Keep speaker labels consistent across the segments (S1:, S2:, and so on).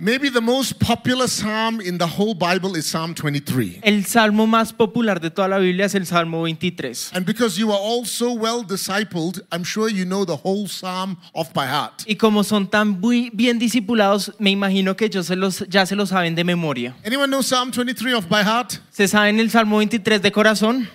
S1: Maybe the most popular psalm in the whole Bible is Psalm 23.
S2: El salmo más popular de toda la Biblia es el Salmo 23.
S1: And because you are all so well discipled, I'm sure you know the whole psalm off by heart.
S2: Y como son tan bui- bien discipulados, me imagino que ellos se los, ya se lo saben de memoria.
S1: Anyone know Psalm 23 off by heart?
S2: ¿Se saben el Salmo 23 de corazón?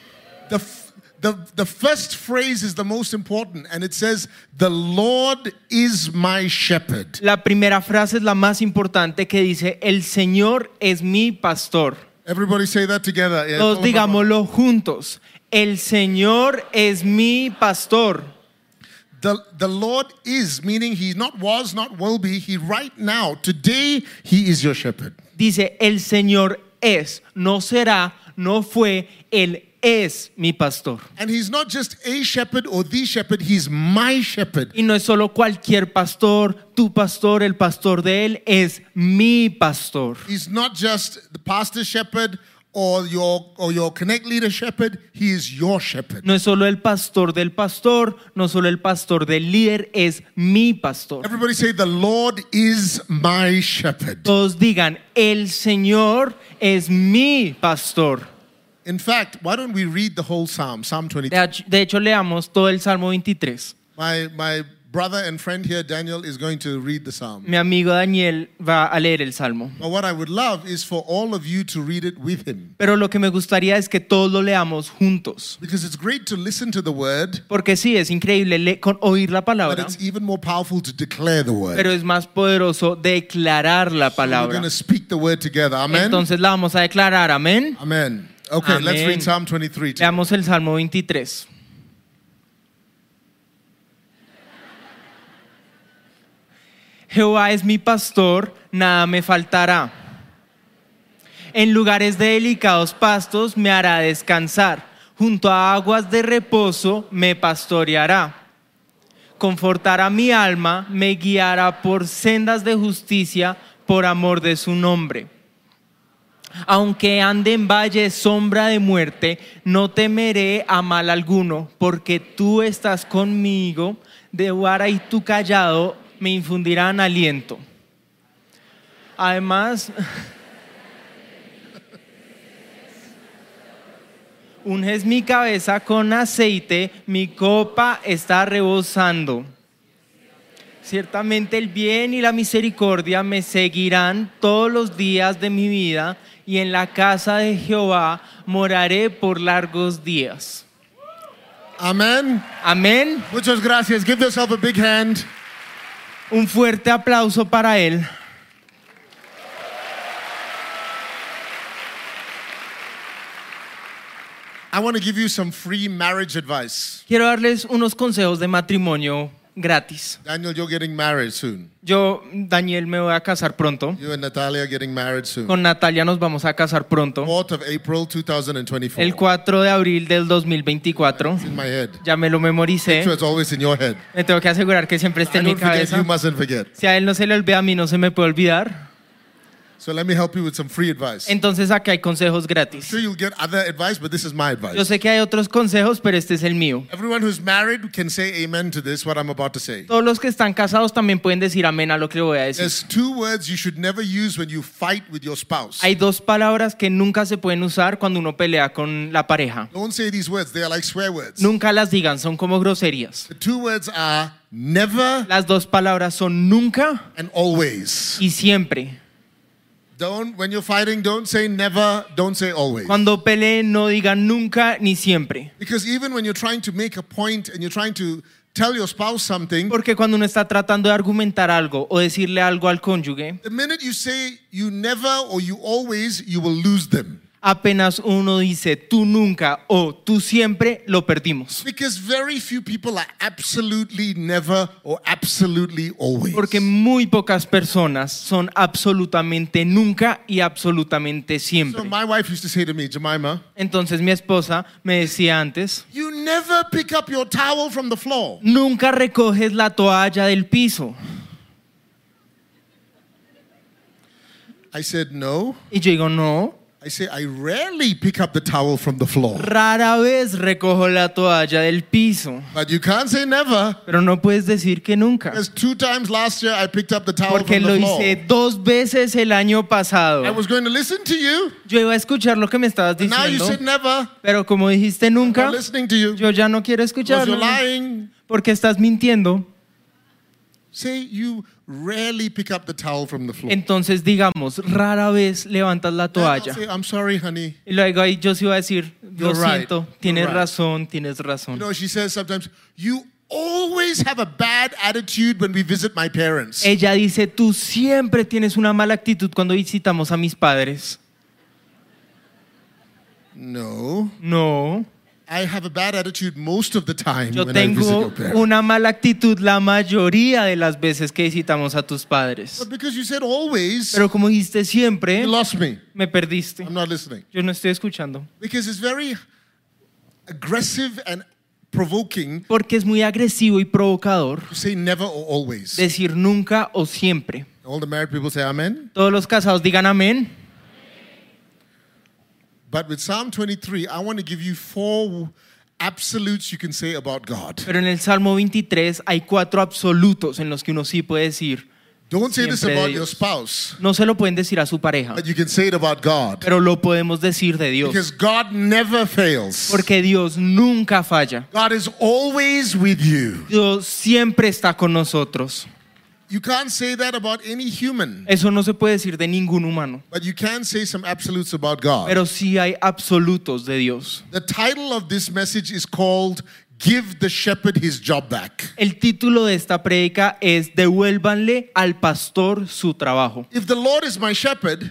S1: The, f- the, the first phrase is the most important, and it says, The Lord is my shepherd.
S2: La primera frase es la más importante que dice, el Señor es mi pastor.
S1: Everybody say that together. Yeah,
S2: Todos
S1: all in one voice.
S2: digámoslo juntos, el Señor es mi pastor.
S1: The, the Lord is, meaning He not was, not will be. He right now, today, He is your shepherd.
S2: Dice, el Señor es, no será, no fue, Él es mi pastor.
S1: And He's not just a shepherd or the shepherd, He's my shepherd.
S2: Y no es solo cualquier pastor, tu pastor, el pastor de Él es mi pastor.
S1: He's not just the pastor shepherd or your, or your connect leader shepherd, He is your shepherd.
S2: No es solo el pastor del pastor, no solo el pastor del líder, es mi pastor.
S1: Everybody say, The Lord is my shepherd.
S2: Todos digan, el Señor es mi pastor.
S1: In fact, why don't we read the whole psalm, Psalm 23?
S2: De hecho, de hecho, leamos todo el Salmo 23.
S1: My, my brother and friend here, Daniel, is going to read the psalm.
S2: Mi amigo Daniel va a leer el Salmo.
S1: But what I would love is for all of you to read it with him.
S2: Pero lo que me gustaría es que todos lo leamos juntos.
S1: Because it's great to listen to the word,
S2: Porque sí, es increíble le- con- oír la
S1: but
S2: palabra,
S1: it's even more powerful to declare the word.
S2: pero es más poderoso declarar
S1: We're
S2: la
S1: going
S2: palabra.
S1: to speak the word together. Amen.
S2: Entonces la vamos a declarar, amén.
S1: Amen. Okay, let's
S2: Amen.
S1: read Psalm 23. together.
S2: Leamos el Salmo 23. Jehová es mi pastor, nada me faltará. En lugares de delicados pastos me hará descansar. Junto a aguas de reposo me pastoreará. Confortará mi alma, me guiará por sendas de justicia por amor de su nombre. Aunque ande en valle de sombra de muerte, no temeré a mal alguno, porque tú estás conmigo, de vara y tu callado me infundirán aliento. Además, unges mi cabeza con aceite, mi copa está rebosando. Ciertamente el bien y la misericordia me seguirán todos los días de mi vida y en la casa de Jehová moraré por largos días.
S1: Amen.
S2: Amén.
S1: Muchas gracias. Give yourself a big hand.
S2: Un fuerte aplauso para él.
S1: I want to give you some free marriage advice.
S2: Quiero darles unos consejos de matrimonio gratis.
S1: Daniel, you're getting married soon.
S2: Yo, Daniel, me voy a casar pronto.
S1: You and Natalia are getting married soon.
S2: Con Natalia nos vamos a casar pronto.
S1: 4th of April 2024.
S2: El 4 de abril del 2024.
S1: It's in my head.
S2: Ya me lo memoricé.
S1: So it's always in your head.
S2: Me tengo que asegurar que siempre esté
S1: I
S2: en mi
S1: don't forget, you
S2: cabeza.
S1: mustn't forget.
S2: Si a él no se le olvida, a mí no se me puede olvidar.
S1: So let me help you with some free advice.
S2: Entonces acá hay consejos
S1: sure
S2: gratis.
S1: you'll get other advice, but this is my
S2: Yo
S1: advice.
S2: sé que hay otros consejos, pero este es el mío.
S1: Everyone who's married can say amen to this, what I'm about to say.
S2: Todos los que están casados también pueden decir amén a lo que le voy a decir.
S1: There's two words you should never use when you fight with your spouse.
S2: Hay dos palabras que nunca se pueden usar cuando uno pelea con la pareja.
S1: Don't say these words, they are like swear words.
S2: Nunca las digan, son como groserías.
S1: The two words are never
S2: Las dos palabras son nunca
S1: and always.
S2: y siempre.
S1: Don't when you're fighting, don't say never, don't say always.
S2: Cuando peleen no digan nunca ni siempre.
S1: Because even when you're trying to make a point and you're trying to tell your spouse something,
S2: Porque cuando uno está tratando de argumentar algo o decirle algo al cónyuge,
S1: the minute you say you never or you always, you will lose them.
S2: apenas uno dice tú nunca o tú siempre, lo perdimos.
S1: Because very few people are absolutely never or absolutely always.
S2: Porque muy pocas personas son absolutamente nunca y absolutamente
S1: so
S2: siempre.
S1: my wife used to say to me, Jemima,
S2: Entonces mi esposa me decía antes,
S1: you never pick up your towel from the floor.
S2: nunca recoges la toalla del piso.
S1: I said, no,
S2: Y yo digo, no,
S1: I say, I rarely pick up the towel from the floor.
S2: Rara vez recojo la toalla del piso,
S1: But you can't say never.
S2: pero no puedes decir que nunca,
S1: Because two times last year I picked up the towel
S2: porque
S1: from
S2: lo
S1: the floor.
S2: hice dos veces el año
S1: I
S2: pasado.
S1: was going to listen to you.
S2: Yo iba a escuchar lo que me estabas
S1: Now you
S2: diciendo,
S1: said never.
S2: pero como dijiste
S1: I'm
S2: nunca,
S1: not listening to you.
S2: yo ya no quiero
S1: Because you're
S2: escucharlo,
S1: lying.
S2: porque estás mintiendo.
S1: Say you rarely pick up the towel from the floor.
S2: Entonces, digamos, rara vez levantas la
S1: Then I'll
S2: toalla.
S1: say, I'm sorry, honey.
S2: Y luego ahí yo sí iba a decir, lo
S1: You're right,
S2: siento,
S1: you're
S2: tienes
S1: right.
S2: razón, tienes
S1: You
S2: razón.
S1: know, she says sometimes, you always have a bad attitude when we visit my parents.
S2: Ella dice, tú siempre tienes una mala actitud cuando visitamos a mis padres.
S1: No,
S2: No,
S1: I have a bad attitude most of the time
S2: yo
S1: when I visit your
S2: tengo
S1: parents.
S2: una mala actitud la mayoría de las veces que visitamos a tus padres.
S1: But because you said always,
S2: Pero como dijiste siempre,
S1: you lost me.
S2: me perdiste.
S1: I'm not listening.
S2: Yo no estoy escuchando.
S1: Because it's very aggressive and provoking
S2: Porque es muy agresivo y provocador
S1: to say never or always.
S2: decir nunca o siempre.
S1: All the married people say amen.
S2: Todos los casados digan amén.
S1: But with Psalm 23, I want to give you four absolutes you can say about God.
S2: Pero en el Salmo 23 hay cuatro absolutos en los que uno sí puede decir.
S1: Don't say this
S2: Siempre
S1: about
S2: Dios.
S1: your spouse,
S2: No se lo pueden decir a su pareja,
S1: but you can say it about God.
S2: pero lo podemos decir de Dios.
S1: Because God never fails.
S2: Porque Dios nunca falla.
S1: God is always with you.
S2: Dios siempre está con nosotros.
S1: You can't say that about any human,
S2: Eso no se puede decir de ningún humano.
S1: but you can say some absolutes about God.
S2: Pero sí hay absolutos de Dios.
S1: The title of this message is called Give the Shepherd His Job Back.
S2: El título de esta prédica es Devuélvanle al pastor su trabajo.
S1: If the Lord is my shepherd,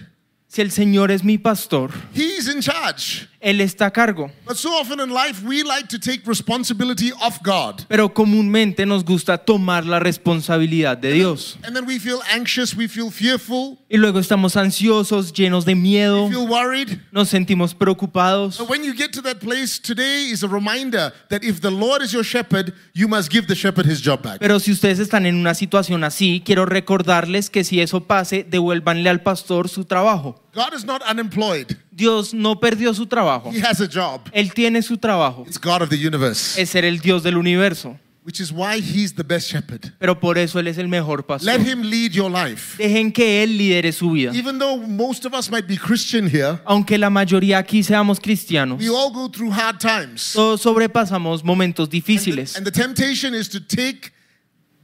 S2: Si el Señor es mi pastor,
S1: He's in charge.
S2: Él está a cargo.
S1: But so often in life, we like to take responsibility off God.
S2: Pero comúnmente nos gusta tomar la responsabilidad de Dios.
S1: And then we feel anxious, we feel fearful,
S2: Y luego estamos ansiosos, llenos de miedo,
S1: we feel worried.
S2: nos sentimos preocupados.
S1: But when you get to that place, today is a reminder that if the Lord is your shepherd, you must give the shepherd his job back.
S2: Pero si ustedes están en una situación así, quiero recordarles que si eso pase, devuélvanle al pastor su trabajo.
S1: God is not unemployed,
S2: Dios no perdió su trabajo.
S1: He has a job.
S2: Él tiene su trabajo.
S1: It's God of the universe,
S2: Es ser el Dios del universo.
S1: which is why He's the best shepherd.
S2: Pero por eso Él es el mejor pastor.
S1: Let Him lead your life.
S2: Dejen que Él lidere su vida.
S1: Even though most of us might be Christian here,
S2: Aunque la mayoría aquí seamos cristianos,
S1: we all go through hard times.
S2: todos sobrepasamos momentos
S1: And the,
S2: difíciles.
S1: and the temptation is to take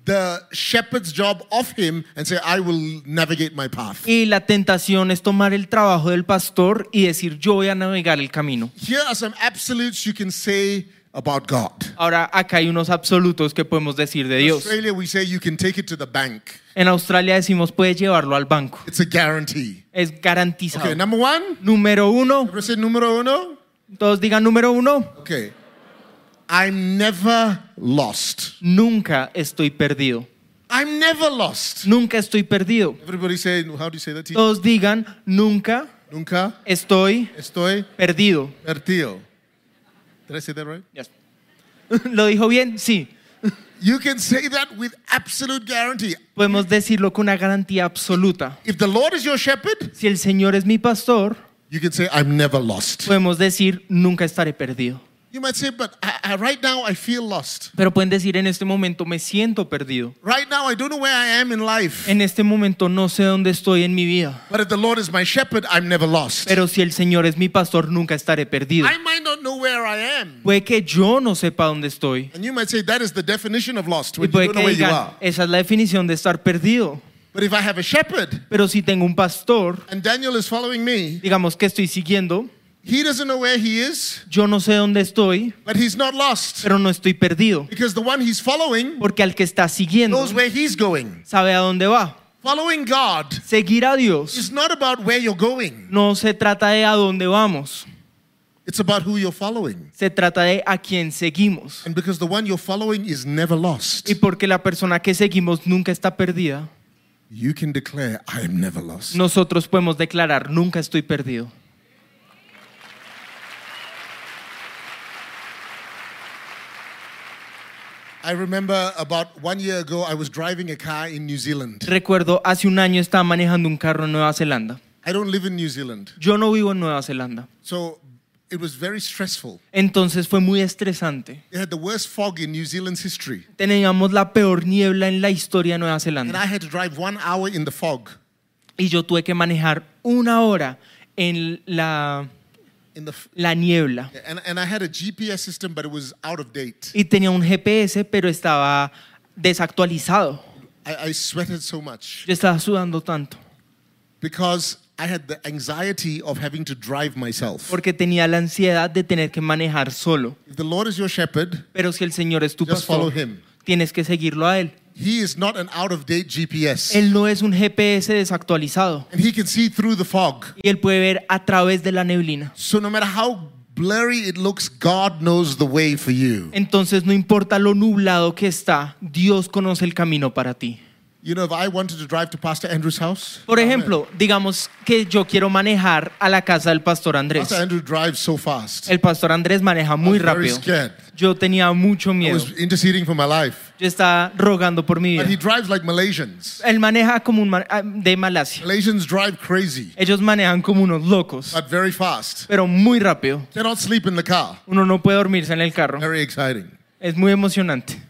S1: the shepherd's job off him and say, I will navigate my path.
S2: Y la tentación es tomar el trabajo del pastor y decir, yo voy a navegar el camino.
S1: Here are some absolutes you can say about God.
S2: Ahora, acá hay unos absolutos que podemos decir de
S1: In
S2: Dios.
S1: Australia, we say you can take it to the bank.
S2: En Australia decimos, puedes llevarlo al banco.
S1: It's a guarantee.
S2: Es garantizado.
S1: Okay, number one.
S2: número uno,
S1: Everyone say numero uno.
S2: todos digan número uno,
S1: Okay. I'm never lost.
S2: nunca estoy perdido.
S1: I'm never lost.
S2: Nunca estoy perdido.
S1: Everybody say, how do you say that? Tito?
S2: Todos digan, nunca
S1: Nunca
S2: estoy
S1: estoy
S2: perdido.
S1: perdido. Did I say that right?
S2: ¿Lo dijo bien? Sí.
S1: You can say that with absolute guarantee.
S2: Podemos decirlo con una garantía absoluta.
S1: If the Lord is your shepherd,
S2: Si el Señor es mi pastor,
S1: you can say, I'm never lost.
S2: podemos decir, nunca estaré perdido.
S1: You might say, but I, I, right now I feel lost.
S2: Pero pueden decir, en este momento me siento perdido.
S1: Right now I don't know where I am in life.
S2: En este momento no sé dónde estoy en mi vida.
S1: But if the Lord is my shepherd, I'm never lost.
S2: Pero si el Señor es mi pastor, nunca estaré perdido.
S1: I might not know where I am.
S2: Puede que yo no sepa dónde estoy.
S1: And you might say, that is the definition of lost,
S2: Y
S1: when you
S2: puede
S1: don't know
S2: que
S1: where you
S2: digan,
S1: are.
S2: esa es la definición de estar perdido.
S1: But if I have a shepherd
S2: Pero si tengo un pastor,
S1: and Daniel is following me,
S2: digamos que estoy siguiendo,
S1: he doesn't know where he is,
S2: yo no sé dónde estoy,
S1: but he's not lost.
S2: pero no estoy perdido.
S1: Because the one he's following
S2: Porque al que está siguiendo
S1: knows where he's going.
S2: sabe a dónde va.
S1: Following God
S2: Seguir a Dios
S1: is not about where you're going,
S2: no se trata de a dónde vamos,
S1: it's about who you're following.
S2: se trata de a quién seguimos.
S1: And because the one you're following is never lost,
S2: Y porque la persona que seguimos nunca está perdida,
S1: you can declare, I am never lost.
S2: nosotros podemos declarar, nunca estoy perdido.
S1: I remember about one year ago, I was driving a car in New Zealand.
S2: Recuerdo, hace un año estaba manejando un carro en Nueva Zelanda.
S1: I don't live in New Zealand.
S2: Yo no vivo en Nueva Zelanda.
S1: So it was very stressful.
S2: Entonces fue muy estresante.
S1: They had the worst fog in New Zealand's history.
S2: Teníamos la peor niebla en la historia de Nueva
S1: And
S2: Zelanda.
S1: I had to drive one hour in the fog.
S2: Y yo tuve que manejar una hora en la,
S1: In the f-
S2: la niebla.
S1: and, and I had a GPS system, but it was out of date.
S2: Y tenía un GPS, pero estaba desactualizado.
S1: I, I sweated so much
S2: Yo estaba sudando tanto.
S1: because I had the anxiety of having to drive myself.
S2: Porque tenía la ansiedad de tener que manejar solo.
S1: If the Lord is your shepherd,
S2: Pero si el Señor es tu
S1: Just follow
S2: pastor,
S1: him.
S2: tienes que seguirlo a Él.
S1: He is not an out of date GPS.
S2: Él no es un GPS desactualizado.
S1: and He can see through the fog.
S2: Y Él puede ver a través de la neblina.
S1: So no matter how blurry it looks, God knows the way for you.
S2: Entonces no importa lo nublado que está, Dios conoce el camino para ti.
S1: You know, if I wanted to drive to Pastor Andrew's house,
S2: Por ejemplo, digamos que yo quiero manejar a la casa del pastor Andrés.
S1: Pastor Andrew drives so fast.
S2: El pastor Andrés maneja
S1: I
S2: muy
S1: was very
S2: rápido.
S1: scared.
S2: Yo tenía mucho
S1: I
S2: miedo.
S1: was interceding for my life.
S2: Yo estaba rogando por mi
S1: But he
S2: vida.
S1: drives like Malaysians.
S2: Él maneja como un ma- ah, de Malasia.
S1: Malaysians drive crazy,
S2: Ellos manejan como unos locos,
S1: but very fast.
S2: pero muy rápido.
S1: They don't sleep in the car.
S2: Uno no puede dormirse en el carro.
S1: Very exciting.
S2: Es muy emocionante.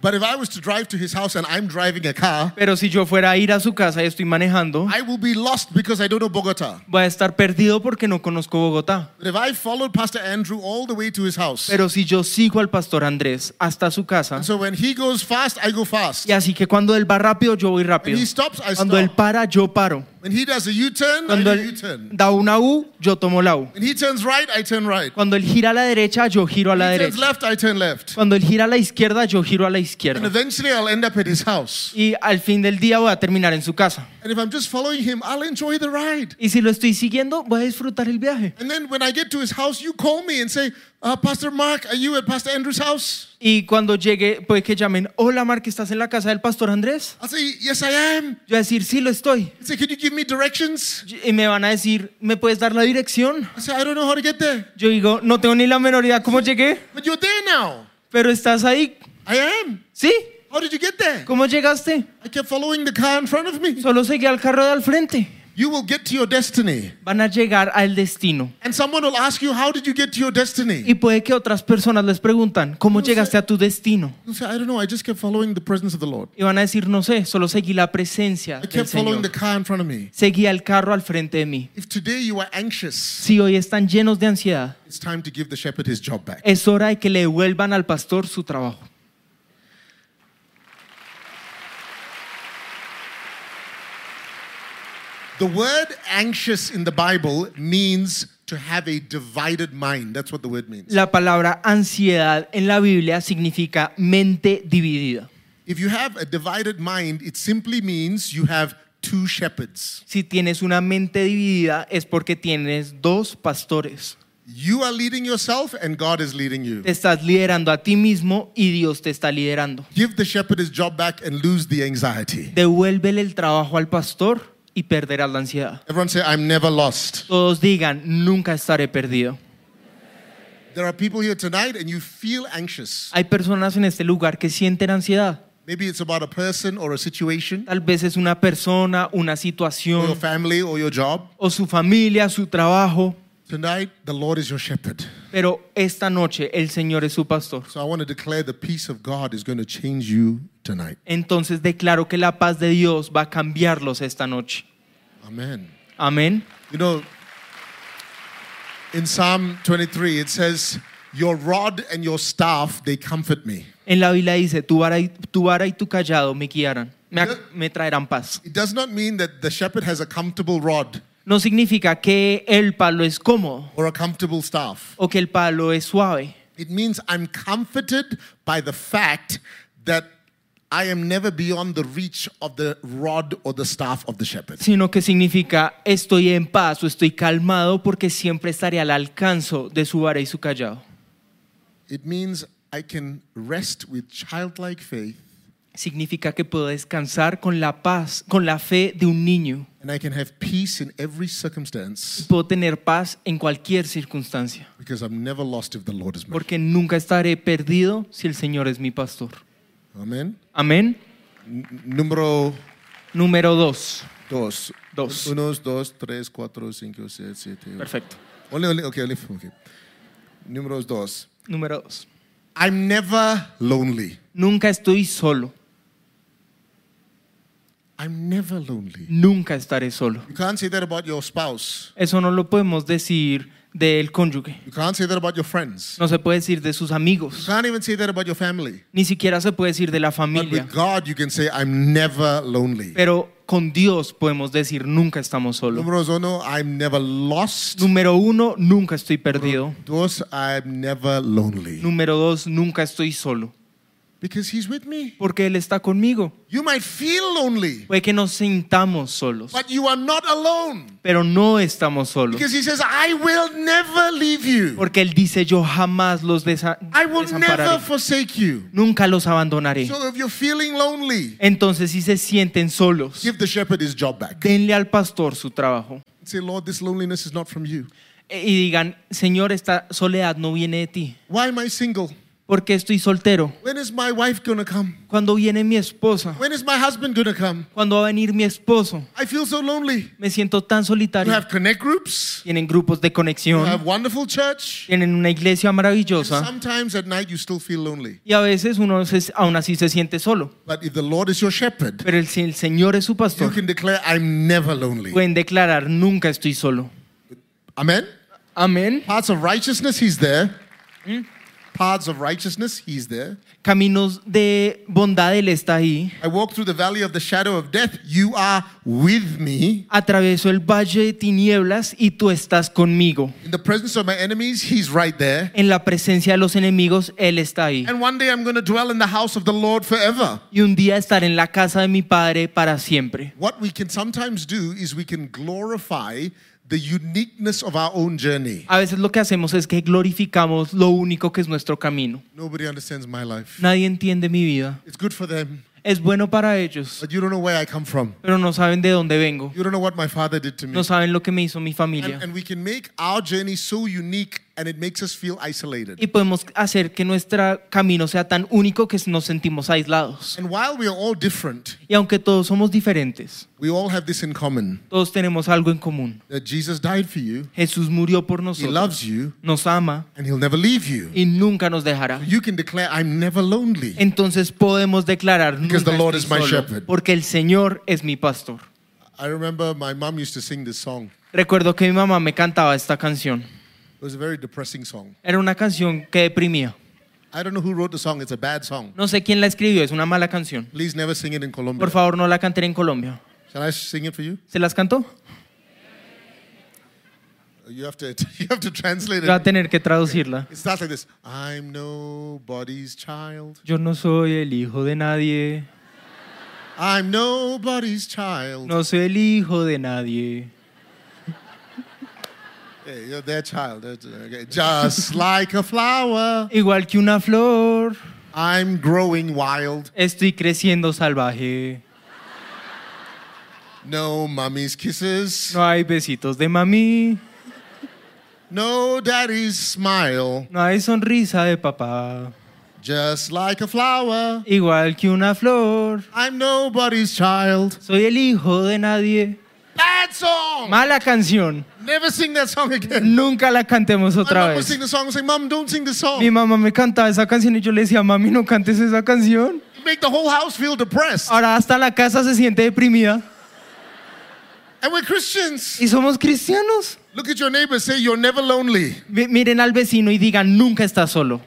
S1: But if I was to drive to his house and I'm driving a car,
S2: Pero si yo fuera a ir a su casa y estoy manejando,
S1: I will be lost because I don't know Bogota.
S2: voy a estar perdido porque no conozco Bogotá.
S1: But if I followed Pastor Andrew all the way to his house,
S2: Pero si yo sigo al pastor Andrés hasta su casa,
S1: and so when he goes fast, I go fast.
S2: y así que cuando él va rápido, yo voy
S1: When
S2: rápido.
S1: he stops, I
S2: Cuando él
S1: stop.
S2: para, yo paro.
S1: When he does a U-turn, I
S2: Cuando
S1: do a
S2: él
S1: U-turn.
S2: da una U, yo tomo la U.
S1: When he turns right, I turn right.
S2: Cuando él gira a la derecha, yo giro a la
S1: When he turns
S2: derecha.
S1: left, I turn left.
S2: Cuando él gira a la izquierda, yo giro a la
S1: And
S2: izquierda.
S1: eventually, I'll end up at his house.
S2: Y al fin del día voy a terminar en su casa.
S1: And if I'm just following him, I'll enjoy the ride.
S2: Y si lo estoy siguiendo, voy a disfrutar el viaje.
S1: And then when I get to his house, you call me and say, uh, Pastor Mark, are you at Pastor Andrew's house?
S2: Y cuando llegue, puede que llamen, hola Mark, ¿estás en la casa del pastor Andrés?
S1: I'll say, Yes, I am.
S2: Yo voy a decir, sí, lo estoy.
S1: He'll say, Can you give me directions?
S2: Y me van a decir, ¿me puedes dar la dirección?
S1: I say, I don't know how to get there.
S2: Yo digo, no tengo ni la menor idea cómo llegué,
S1: But you're there now.
S2: pero estás ahí.
S1: I am.
S2: ¿Sí?
S1: How did you get there?
S2: ¿Cómo llegaste?
S1: I kept following the car in front of me.
S2: Solo seguí al carro de al frente.
S1: You will get to your destiny.
S2: Van a llegar al destino.
S1: And someone will ask you, How did you get to your destiny?
S2: Y puede que otras personas les preguntan, ¿cómo llegaste a tu destino?
S1: You'll say, I don't know. I just kept following the presence of the Lord.
S2: Y van a decir, no sé, solo seguí la presencia
S1: I
S2: del
S1: kept following the
S2: Señor.
S1: car in front of me.
S2: Seguí al carro al frente de mí.
S1: If today you are anxious,
S2: Si hoy están llenos de ansiedad,
S1: it's time to give the shepherd his job back.
S2: es hora de que le devuelvan al pastor su trabajo.
S1: The word anxious in the Bible means to have a divided mind. That's what the word means.
S2: La palabra ansiedad en la Biblia significa mente dividida.
S1: If you have a divided mind, it simply means you have two shepherds.
S2: Si tienes una mente dividida es porque tienes dos pastores.
S1: You are leading yourself and God is leading you.
S2: Te estás liderando a ti mismo y Dios te está liderando.
S1: Give the shepherd his job back and lose the anxiety.
S2: Devuélvele el trabajo al pastor y perderás la ansiedad.
S1: Everyone say, I'm never lost.
S2: Todos digan, nunca estaré perdido.
S1: There are people here tonight and you feel anxious.
S2: Hay personas en este lugar que sienten ansiedad.
S1: Maybe it's about a person or a situation,
S2: Tal vez es una persona, una
S1: or your
S2: situación,
S1: family or your job.
S2: o su familia, su trabajo.
S1: Tonight, the Lord is your shepherd.
S2: Pero esta noche el Señor es su pastor.
S1: So I want to declare the peace of God is going to change you tonight.
S2: Entonces declaro que la paz de Dios va a cambiarlos esta noche.
S1: Amen.
S2: Amén.
S1: You know, in Psalm 23, it says, Your rod and your staff, they comfort me.
S2: En la Biblia dice, tu vara y tu, vara y tu callado me guiarán, me, ac- me traerán paz.
S1: It does not mean that the shepherd has a comfortable rod
S2: No significa que el palo es cómodo
S1: or a comfortable staff.
S2: o que el palo es suave.
S1: It means I'm comforted by the fact that I am never beyond the reach of the rod or the staff of the shepherd.
S2: sino que significa estoy en paz o estoy calmado porque siempre estaré al alcance de su vara y su callado.
S1: It means I can rest with childlike faith
S2: Significa que puedo descansar con la paz, con la fe de un niño.
S1: and I can have peace in every circumstance
S2: Puedo tener paz en cualquier circunstancia,
S1: because I'm never lost if the Lord is my.
S2: porque nunca estaré perdido si el Señor es mi pastor.
S1: Amen.
S2: Amén.
S1: N- Numero
S2: Número dos.
S1: Dos.
S2: Dos.
S1: Unos, dos, tres, cuatro, cinco, seis, siete. ocho.
S2: Perfecto.
S1: Only, only, okay, only, okay. Números dos.
S2: Número dos.
S1: I'm never lonely.
S2: Nunca estoy solo.
S1: I'm never lonely.
S2: Nunca estaré solo.
S1: You can't say that about your spouse.
S2: Eso no lo podemos decir del cónyuge.
S1: You can't say that about your friends.
S2: No se puede decir de sus
S1: You
S2: amigos.
S1: can't even say that about your family.
S2: Ni siquiera se puede decir de la
S1: But
S2: familia.
S1: with God, you can say, I'm never lonely.
S2: Pero con Dios podemos decir nunca estamos solos.
S1: Número uno, I'm never lost.
S2: Número uno, nunca estoy perdido.
S1: Dos, I'm never lonely.
S2: Número dos, nunca estoy solo.
S1: Because He's with me.
S2: Porque Él está conmigo.
S1: You might feel lonely,
S2: Puede que nos sintamos solos,
S1: but you are not alone.
S2: pero no estamos solos.
S1: Because He says, I will never leave you.
S2: Porque Él dice, yo jamás los desa-
S1: I will never
S2: desampararé.
S1: forsake you.
S2: Nunca los abandonaré.
S1: So if you're feeling lonely,
S2: Entonces si se sienten solos,
S1: give the shepherd his job back.
S2: denle al pastor su trabajo.
S1: Say, Lord, this loneliness is not from you.
S2: E- Y digan, Señor, esta soledad no viene de ti.
S1: Why am I single?
S2: Porque estoy soltero.
S1: When is my wife going to come?
S2: Cuando viene mi esposa,
S1: When is my husband going to come?
S2: cuando va a venir mi esposo,
S1: I feel so lonely.
S2: me siento tan
S1: You
S2: solitario.
S1: have connect groups.
S2: Tienen grupos de
S1: You have
S2: conexión,
S1: wonderful church.
S2: tienen una iglesia maravillosa
S1: Sometimes at night you still feel lonely.
S2: y a veces uno se- aún así se siente solo.
S1: But if the Lord is your shepherd,
S2: Pero el, si el Señor es su
S1: you
S2: pastor,
S1: can declare, I'm never lonely.
S2: pueden declarar, nunca estoy solo.
S1: Amen.
S2: Amén.
S1: Parts of righteousness, He's there. Parts of righteousness, He's there.
S2: Caminos de bondad, Él está ahí.
S1: I walk through the valley of the shadow of death. You are with me.
S2: Atravesó el valle de tinieblas y tú estás conmigo.
S1: In the presence of my enemies, he's right there.
S2: En la presencia de los enemigos, Él está ahí.
S1: And one day I'm going to dwell in the house of the Lord forever.
S2: Y un día estar en la casa de mi Padre para siempre.
S1: What we can sometimes do is we can glorify the uniqueness of our own journey.
S2: A veces lo que hacemos es que glorificamos lo único que es nuestro camino.
S1: Nobody understands my life.
S2: Nadie entiende mi vida.
S1: It's good for them,
S2: Es bueno para ellos,
S1: but you don't know where I come from.
S2: pero no saben de dónde vengo.
S1: You don't know what my father did to me.
S2: No saben lo que me hizo mi
S1: And,
S2: familia.
S1: and we can make our journey so unique and it makes us feel isolated.
S2: Y podemos hacer que nuestro camino sea tan único que nos sentimos aislados.
S1: And while we are all different,
S2: Y aunque todos somos diferentes,
S1: we all have this in common
S2: todos tenemos algo en común.
S1: that Jesus died for you,
S2: Jesús murió por
S1: he
S2: nosotros,
S1: loves you,
S2: nos ama
S1: and he'll never leave you.
S2: y nunca nos dejará.
S1: You can declare, I'm never lonely.
S2: Entonces podemos declarar,
S1: Because the
S2: "Nunca
S1: Lord
S2: estoy
S1: is my
S2: solo,
S1: shepherd."
S2: porque el Señor es mi pastor.
S1: I remember my mom used to sing this song.
S2: Recuerdo que mi mamá me cantaba esta canción.
S1: It was a very depressing song.
S2: Era una canción que deprimía.
S1: I don't know who wrote the song, it's a bad song.
S2: No sé quién la escribió, es una mala canción.
S1: Please never sing it in Colombia.
S2: Por favor, no la canten en Colombia.
S1: Shall I sing it for you?
S2: ¿Se las cantó?
S1: You have to you have to translate
S2: Yo voy a
S1: it.
S2: tener que traducirla.
S1: It starts like this. I'm nobody's child.
S2: Yo no soy el hijo de nadie.
S1: I'm nobody's child.
S2: No soy el hijo de nadie.
S1: Hey, you're their child. That's- okay. Just like a flower,
S2: Igual que una flor,
S1: I'm growing wild.
S2: estoy creciendo salvaje.
S1: No mommy's kisses.
S2: No hay besitos de mami,
S1: No daddy's smile.
S2: no hay sonrisa de papá.
S1: Just like a flower,
S2: Igual que una flor,
S1: I'm nobody's child.
S2: soy el hijo de nadie.
S1: Bad song.
S2: Mala canción.
S1: Never sing that song again.
S2: Nunca la cantemos
S1: My
S2: otra
S1: mom would
S2: vez.
S1: sing the song and say, Mom, don't sing the song.
S2: Mi mamá me cantaba esa canción y yo le decía, mami, no cantes esa canción.
S1: You make the whole house feel depressed.
S2: Ahora hasta la casa se siente deprimida.
S1: And we're Christians.
S2: Y somos cristianos.
S1: Look at your neighbor, say, You're never lonely.
S2: Mi- Miren al vecino y digan, nunca estás solo.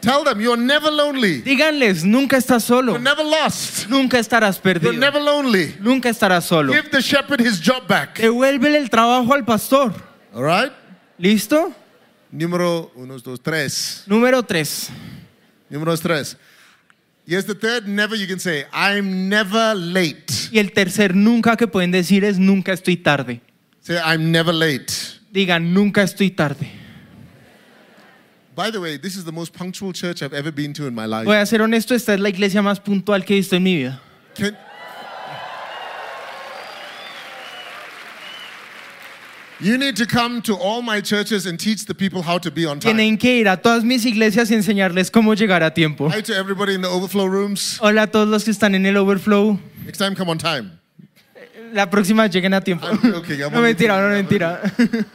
S1: Tell them, You're never lonely.
S2: Díganles, nunca estás solo.
S1: You're never lost.
S2: Nunca estarás
S1: You're
S2: perdido.
S1: never lonely.
S2: Nunca estarás solo.
S1: Give the shepherd his job back.
S2: Devuélvele el trabajo al pastor.
S1: All right?
S2: ¿Listo?
S1: Número unos, dos, tres.
S2: Número 3.
S1: Número tres. Here's the third never you can say, I'm never late.
S2: Y el tercer nunca que pueden decir es nunca estoy tarde.
S1: Say, I'm never late.
S2: Digan, nunca estoy tarde.
S1: By the way, this is the most punctual church I've ever been to in my life.
S2: Voy a ser honesto, esta es la iglesia más puntual que he visto en mi vida.
S1: Can- you need to come to all my churches and teach the people how to be on time.
S2: Tienen que ir a todas mis iglesias y enseñarles cómo llegar a tiempo.
S1: Hi to everybody in the overflow rooms.
S2: Hola a todos los que están en el overflow.
S1: Next time, come on time.
S2: La próxima lleguen a tiempo.
S1: I'm joking, I'm
S2: no
S1: only
S2: mentira, no
S1: joking.
S2: mentira.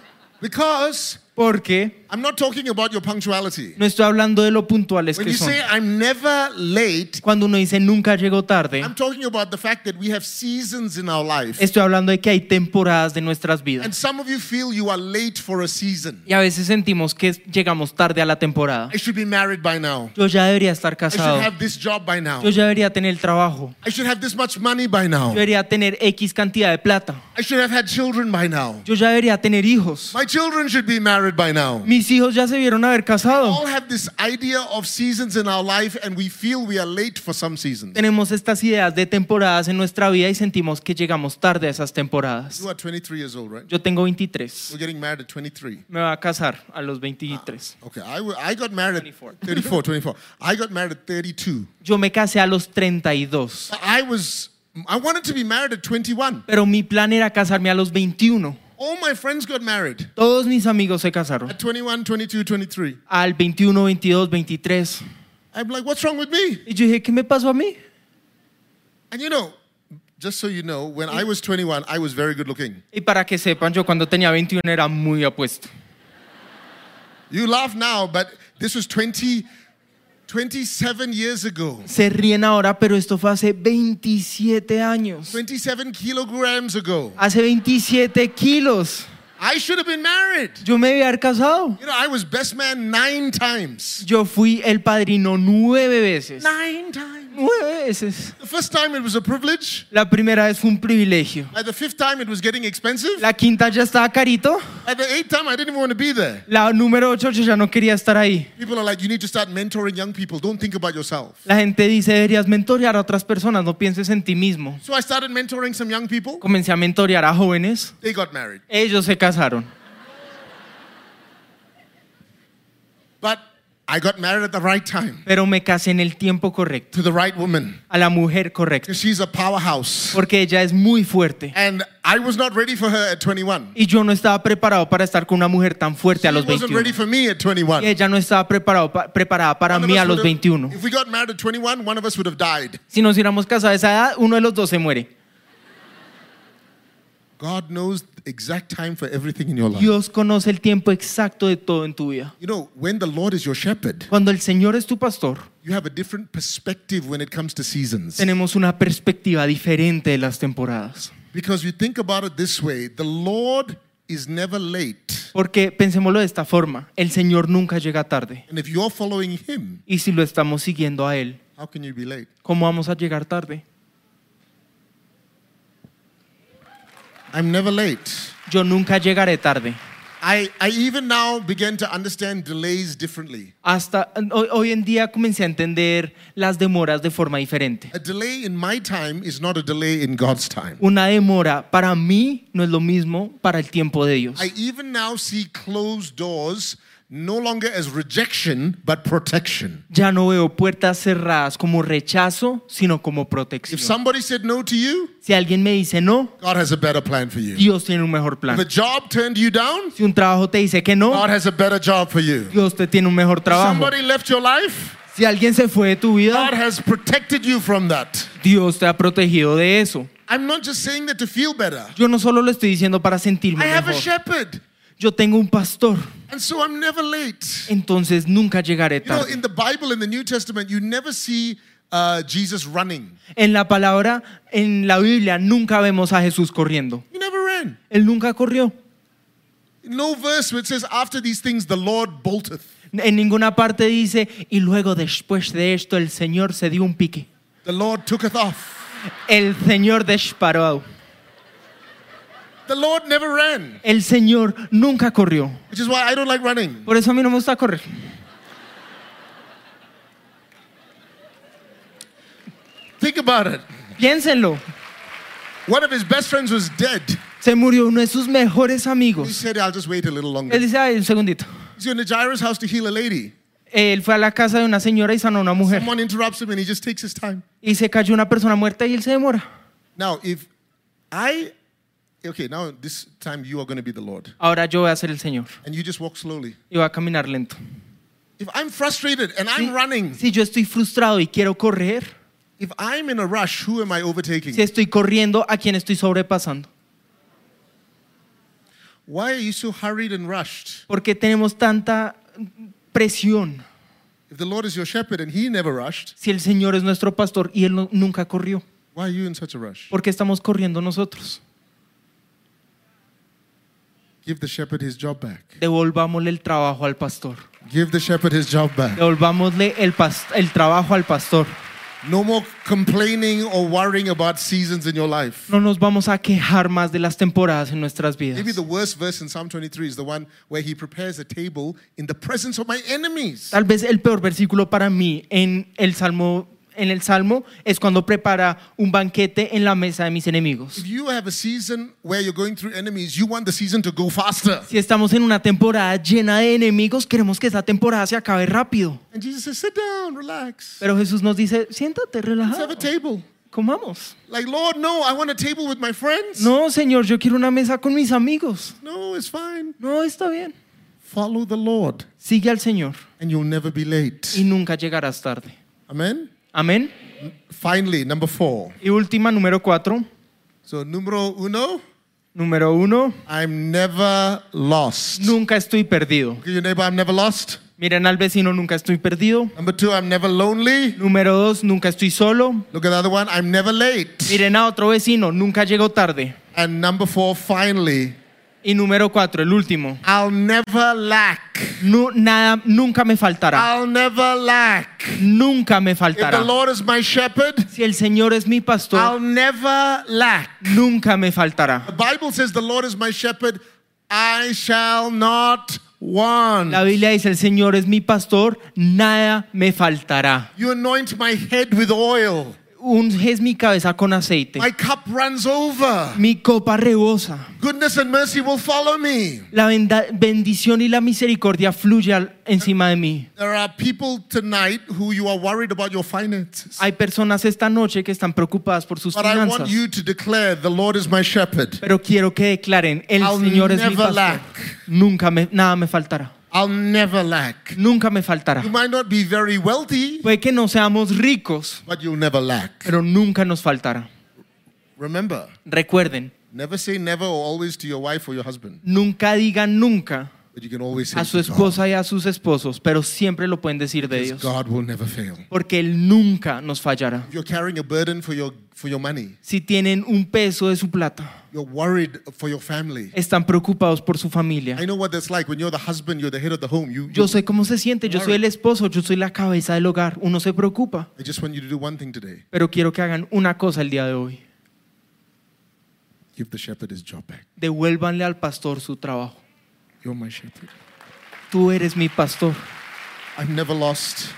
S1: Because
S2: Porque
S1: I'm not talking about your punctuality.
S2: no estoy hablando de lo puntuales
S1: When
S2: que
S1: you
S2: son.
S1: say I'm never late,
S2: Cuando uno dice nunca llego tarde,
S1: I'm talking about the fact that we have seasons in our life.
S2: estoy hablando de que hay temporadas de nuestras
S1: And
S2: vidas.
S1: some of you feel you are late for a season.
S2: Y a veces sentimos que llegamos tarde a la temporada.
S1: I should be married by now.
S2: Yo ya debería estar
S1: I should
S2: casado.
S1: have this job by now.
S2: Yo ya debería tener el trabajo.
S1: I should have this much money by
S2: Yo
S1: now.
S2: debería tener X cantidad de plata.
S1: I should have had children by now.
S2: Yo ya debería tener hijos.
S1: My children should be married by now.
S2: Mis hijos ya se vieron haber
S1: We
S2: casado.
S1: all have this idea of seasons in our life and we feel we are late for some seasons.
S2: Tenemos estas ideas de temporadas en nuestra vida y sentimos que llegamos tarde a esas temporadas.
S1: You are 23 years old, right?
S2: Yo tengo 23.
S1: We're getting married at 23.
S2: Me voy a casar a los 23.
S1: Okay, I, wa- I got married
S2: 24.
S1: at 34, 24. I got married at 32.
S2: Yo me casé a los 32.
S1: I was, I wanted to be married at 21.
S2: Pero mi plan era casarme a los 21.
S1: All my friends got married
S2: Todos mis amigos se casaron.
S1: at 21, 22, 23.
S2: Al 21, 22, 23.
S1: I'm like, what's wrong with me?
S2: Y yo dije, ¿qué me pasó a mí?
S1: And you know, just so you know, when I was 21, I was very good looking.
S2: Y para que sepan, yo cuando tenía 21 era muy apuesto.
S1: You laugh now, but this was 20, 27 years ago.
S2: Se ríen ahora, pero esto fue hace 27 años.
S1: 27 kilograms ago.
S2: Hace 27 kilos.
S1: I should have been married.
S2: Yo me había casado.
S1: You know, I was best man nine times.
S2: Yo fui el padrino nueve veces.
S1: Nine times.
S2: Nueve veces.
S1: The first time it was a privilege.
S2: La primera vez fue un privilegio.
S1: At the fifth time, it was getting expensive.
S2: La quinta ya estaba carito.
S1: At the eighth time, I didn't even want to be there.
S2: La número 8 yo ya no quería estar ahí.
S1: People are like, you need to start mentoring young people. Don't think about yourself.
S2: La gente dice, deberías mentorear a otras personas, no pienses en ti mismo.
S1: So I started mentoring some young people.
S2: Comencé a mentorear a jóvenes.
S1: They got married.
S2: Ellos se casaron.
S1: But I got married at the right time
S2: Pero me casé en el tiempo correcto.
S1: to the right woman.
S2: A la mujer correcta.
S1: Because she's a powerhouse.
S2: Porque ella es muy fuerte.
S1: And I was not ready for her at 21.
S2: Y yo no estaba preparado para estar con una mujer tan fuerte
S1: She
S2: a los
S1: wasn't
S2: 21.
S1: ready for me at 21.
S2: Y ella no estaba preparado pa- preparada para
S1: One of
S2: mí a
S1: us
S2: los
S1: would have-
S2: 21.
S1: If we got married at 21, one of us would have died.
S2: Si nos hubiéramos casado a esa edad, uno de los dos se muere.
S1: God knows the exact time for everything in your life.
S2: Dios conoce el tiempo exacto de todo en tu vida.
S1: You know, when the Lord is your shepherd,
S2: Cuando el Señor es tu pastor,
S1: you have a different perspective when it comes to seasons.
S2: tenemos una perspectiva diferente de las temporadas.
S1: Because you think about it this way the Lord is never late.
S2: Porque pensémoslo de esta forma, el Señor nunca llega tarde.
S1: And if you're following Him,
S2: Y si lo estamos siguiendo a Él,
S1: how can you be late?
S2: ¿cómo vamos a llegar tarde?
S1: I'm never late.
S2: Yo nunca llegaré tarde.
S1: I, I even now begin to understand delays differently.
S2: Hasta hoy, hoy en día comencé a entender las demoras de forma diferente.
S1: A delay in my time is not a delay in God's time.
S2: Una demora para mí no es lo mismo para el tiempo de Dios.
S1: I even now see closed doors no longer as rejection, but protection.
S2: Ya no veo puertas cerradas como rechazo, sino como
S1: If
S2: protección.
S1: somebody said no to you,
S2: Si alguien me dice no,
S1: God has a better plan for you.
S2: Dios tiene un mejor
S1: If a
S2: plan.
S1: job turned you down,
S2: Si un trabajo te dice que no,
S1: God has a better job for you. If
S2: Dios te tiene un mejor trabajo.
S1: somebody left your life,
S2: Si alguien se fue de tu
S1: God
S2: vida,
S1: has protected you from that.
S2: Dios te ha protegido de eso.
S1: I'm not just saying that to feel better.
S2: Yo no solo lo estoy diciendo para sentirme
S1: I have a
S2: mejor.
S1: shepherd,
S2: Yo tengo un pastor,
S1: and so I'm never late.
S2: entonces nunca llegaré
S1: You know,
S2: tarde.
S1: in the Bible, in the New Testament, you never see uh, Jesus running.
S2: En la palabra, en la Biblia, nunca vemos a Jesús corriendo.
S1: He never ran.
S2: Él nunca corrió.
S1: No verse where it says, after these things, the Lord bolteth.
S2: En ninguna parte dice, y luego después de esto el Señor se dio un pique.
S1: The Lord tooketh off.
S2: El Señor disparó.
S1: The Lord never ran,
S2: El Señor nunca corrió.
S1: which is why I don't like running.
S2: Por eso a mí no me gusta correr.
S1: Think about it.
S2: Piénsenlo.
S1: One of his best friends was dead.
S2: Se murió uno de sus mejores
S1: He
S2: amigos.
S1: said, I'll just wait a little longer.
S2: Él dice, ay, un segundito.
S1: He's in a Jairus house to heal a lady.
S2: Él fue a la casa de una señora y sanó a una mujer.
S1: Someone interrupts him and he just takes his time.
S2: Y se cayó una persona muerta y él se demora.
S1: Now, if I, okay, now this time you are going to be the Lord.
S2: Ahora yo voy a ser el Señor.
S1: And you just walk slowly.
S2: Y voy a caminar lento.
S1: If I'm frustrated and I'm running,
S2: Si yo estoy frustrado y quiero correr,
S1: If I'm in a rush, who am I overtaking?
S2: Si estoy corriendo, ¿a quién estoy sobrepasando?
S1: Why are you so hurried and rushed?
S2: ¿Por qué tenemos tanta presión?
S1: If the Lord is your shepherd and he never rushed,
S2: Si el Señor es nuestro pastor y Él no- nunca corrió,
S1: why are you in such a rush?
S2: ¿por qué estamos corriendo nosotros?
S1: Give the shepherd his job back.
S2: Devolvámosle el trabajo al pastor.
S1: Give the shepherd his job back.
S2: Devolvámosle el, pas- el trabajo al pastor.
S1: No more complaining or worrying about seasons in your life.
S2: No nos vamos a quejar más de las temporadas en nuestras vidas.
S1: Maybe the worst verse in Psalm 23 is the one where he prepares a table in the presence of my enemies.
S2: Tal vez el peor versículo para mí en el Salmo, en el Salmo es cuando prepara un banquete en la mesa de mis enemigos.
S1: If you have a season where you're going through enemies, you want the season to go faster.
S2: Si estamos en una temporada llena de enemigos, queremos que esa temporada se acabe rápido.
S1: And Jesus says, Sit down, relax.
S2: Pero Jesús nos dice, siéntate,
S1: Let's have a
S2: relajado,
S1: table.
S2: comamos.
S1: Like, Lord, no, I want a table with my friends.
S2: No, Señor, yo quiero una mesa con mis amigos.
S1: No, it's fine.
S2: No, está bien.
S1: Follow the Lord,
S2: Sigue al Señor
S1: and you'll never be
S2: y
S1: late.
S2: nunca llegarás tarde.
S1: Amen.
S2: Amén.
S1: Finally, number four.
S2: Y última, número cuatro.
S1: So, numero uno,
S2: Número uno,
S1: I'm never lost.
S2: nunca estoy perdido.
S1: Look at your neighbor, I'm never lost.
S2: Miren al vecino, nunca estoy perdido.
S1: Number two, I'm never lonely.
S2: Número dos, nunca estoy solo.
S1: Look at the other one, I'm never late.
S2: Miren a otro vecino, nunca llego tarde.
S1: And number four, finally,
S2: Y número cuatro, el último.
S1: I'll never lack.
S2: Nu- nada, nunca me faltará.
S1: I'll never lack.
S2: Nunca me
S1: If the
S2: faltará.
S1: Lord is my shepherd,
S2: Si el Señor es mi pastor,
S1: I'll never lack.
S2: nunca me faltará.
S1: The Bible says, The Lord is my shepherd, I shall not want.
S2: La Biblia dice, el Señor es mi pastor, nada me faltará.
S1: You anoint my head with oil,
S2: Unges mi cabeza con aceite.
S1: my cup runs over.
S2: Mi copa rebosa.
S1: Goodness and mercy will follow me.
S2: La benda- bendición y la misericordia fluye al- encima de mí.
S1: There are people tonight who you are worried about your finances.
S2: Hay personas esta noche que están preocupadas por sus
S1: But I want
S2: finanzas.
S1: you to declare, The Lord is my shepherd.
S2: Pero quiero que declaren, el
S1: I'll
S2: Señor es mi
S1: never
S2: pastor.
S1: lack.
S2: Nunca me, nada me faltará.
S1: I'll never lack.
S2: Nunca me faltará.
S1: You might not be very wealthy,
S2: Puede que no seamos ricos,
S1: but you'll never lack.
S2: pero nunca nos faltará.
S1: Remember,
S2: Recuerden,
S1: never say never or always to your wife or your husband,
S2: nunca digan nunca
S1: but you can always say
S2: a su
S1: to God,
S2: esposa y a sus esposos, pero siempre lo pueden decir de
S1: because
S2: Dios,
S1: God will never fail.
S2: porque Él nunca nos fallará.
S1: If you're carrying a burden for your for your money,
S2: Si tienen un peso de su plata,
S1: you're worried for your family.
S2: están preocupados por su
S1: I
S2: familia.
S1: know what that's like when you're the husband, you're the head of the home. You,
S2: Yo
S1: you
S2: sé cómo se siente, yo soy el esposo, yo soy la cabeza del hogar, uno se preocupa,
S1: I just want you to do one thing today.
S2: pero quiero que hagan una cosa el día de hoy.
S1: Give the shepherd his job back.
S2: devuélvanle al pastor su trabajo.
S1: You're my shepherd.
S2: Tú eres mi pastor.
S1: I'm never lost,